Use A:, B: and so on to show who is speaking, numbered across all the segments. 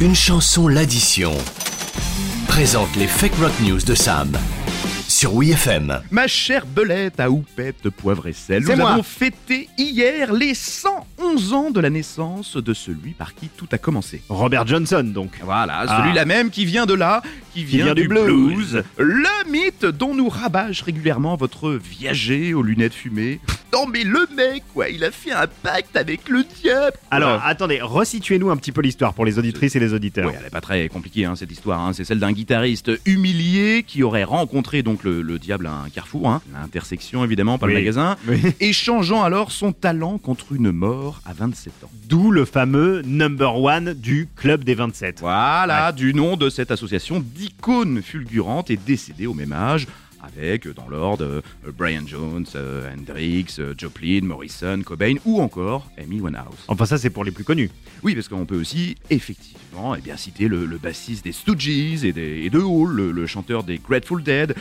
A: Une chanson, l'addition. Présente les Fake Rock News de Sam. Sur WeFM.
B: Ma chère Belette à houppette, poivre et sel,
C: C'est
B: nous
C: moi.
B: avons fêté hier les 111 ans de la naissance de celui par qui tout a commencé.
C: Robert Johnson, donc.
B: Voilà,
C: Ah.
B: celui-là même qui vient de là, qui vient,
C: vient
B: du,
C: du
B: blues.
C: blues.
B: le mythe dont nous rabâche régulièrement votre viager aux lunettes fumées. Non mais le mec, quoi, il a fait un pacte avec le diable. quoi.
C: Alors, attendez, resituez-nous un petit peu l'histoire pour les auditrices et les auditeurs.
B: Ouais, elle est pas très compliquée hein, cette histoire. hein. C'est celle d'un guitariste humilié qui aurait rencontré donc le, le diable à un carrefour, hein, l'intersection évidemment, pas le
C: Oui.
B: magasin,
C: Oui.
B: échangeant alors son talent contre une mort à 27 ans.
C: D'où le fameux number one du club des 27.
B: Voilà, du nom de cette association d'icônes fulgurantes et décédées au même âge. Avec, euh, dans l'ordre, euh, euh, Brian Jones, euh, Hendrix, euh, Joplin, Morrison, Cobain ou encore Amy Winehouse.
C: Enfin, ça, c'est pour les plus connus.
B: Oui, parce qu'on peut aussi, effectivement, eh bien, citer le, le bassiste des Stooges et, des, et de Hall, le, le chanteur des Grateful Dead,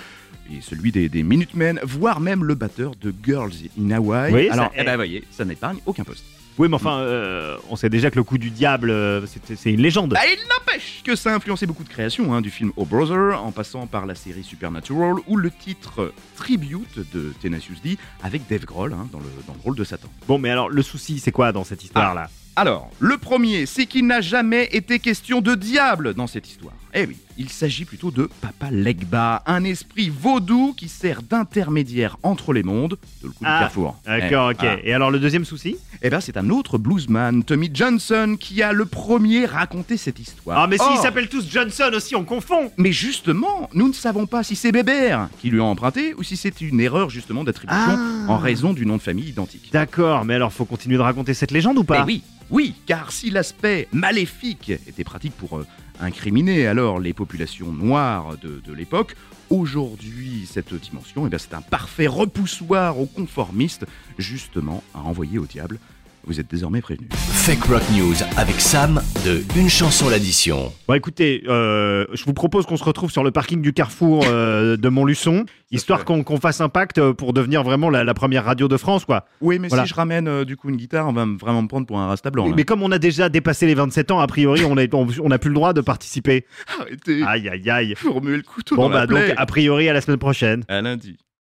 B: et celui des, des Minutemen, voire même le batteur de Girls in Hawaii.
C: Oui, ça-
B: Alors, eh ben, voyez, ça n'épargne aucun poste.
C: Oui, mais enfin, euh, on sait déjà que le coup du diable, euh, c'est c'est une légende.
B: Bah, il n'empêche que ça a influencé beaucoup de créations, hein, du film Oh Brother, en passant par la série Supernatural, ou le titre euh, Tribute de Tenacious D, avec Dave Grohl hein, dans, le, dans le rôle de Satan.
C: Bon, mais alors, le souci, c'est quoi dans cette histoire-là
B: Alors, le premier, c'est qu'il n'a jamais été question de diable dans cette histoire. Eh oui, il s'agit plutôt de Papa Legba, un esprit vaudou qui sert d'intermédiaire entre les mondes, de le coup
C: Ah,
B: du carrefour.
C: D'accord,
B: Eh,
C: ok.
B: ah.
C: Et alors, le deuxième souci
B: Eh ben, c'est un autre bluesman, Tommy Johnson, qui a le premier raconté cette histoire.
C: Ah, mais s'ils
B: Or,
C: s'appellent tous Johnson aussi, on confond
B: Mais justement, nous ne savons pas si c'est Bébert qui lui a emprunté ou si c'est une erreur justement d'attribution
C: Ah.
B: en raison du nom de famille identique.
C: D'accord, mais alors, faut continuer de raconter cette légende ou pas
B: Mais oui, oui, car si l'aspect maléfique était pratique pour euh, incriminer alors les populations noires de, de l'époque, aujourd'hui cette dimension, eh bien, c'est un parfait repoussoir aux conformistes, justement à envoyer au diable. Vous êtes désormais prévenus.
A: Fake Rock News avec Sam de Une chanson, l'addition.
C: Bon, écoutez, euh, je vous propose qu'on se retrouve sur le parking du carrefour euh, de Montluçon, histoire
B: fait.
C: qu'on qu'on fasse un pacte euh, pour devenir vraiment la, la première radio de France, quoi.
B: Oui, mais
C: Voilà.
B: si je ramène euh, du coup une guitare, on va me- vraiment me prendre pour un rasta blanc. là.
C: Mais comme on a déjà dépassé les 27 ans, a priori, on n'a on, on a plus le droit de participer.
B: arrêtez,
C: Aïe, aïe, aïe.
B: vous remuez le couteau dans
C: Bon,
B: la
C: bah, donc,
B: plaie.
C: a priori, à la semaine prochaine.
B: à lundi.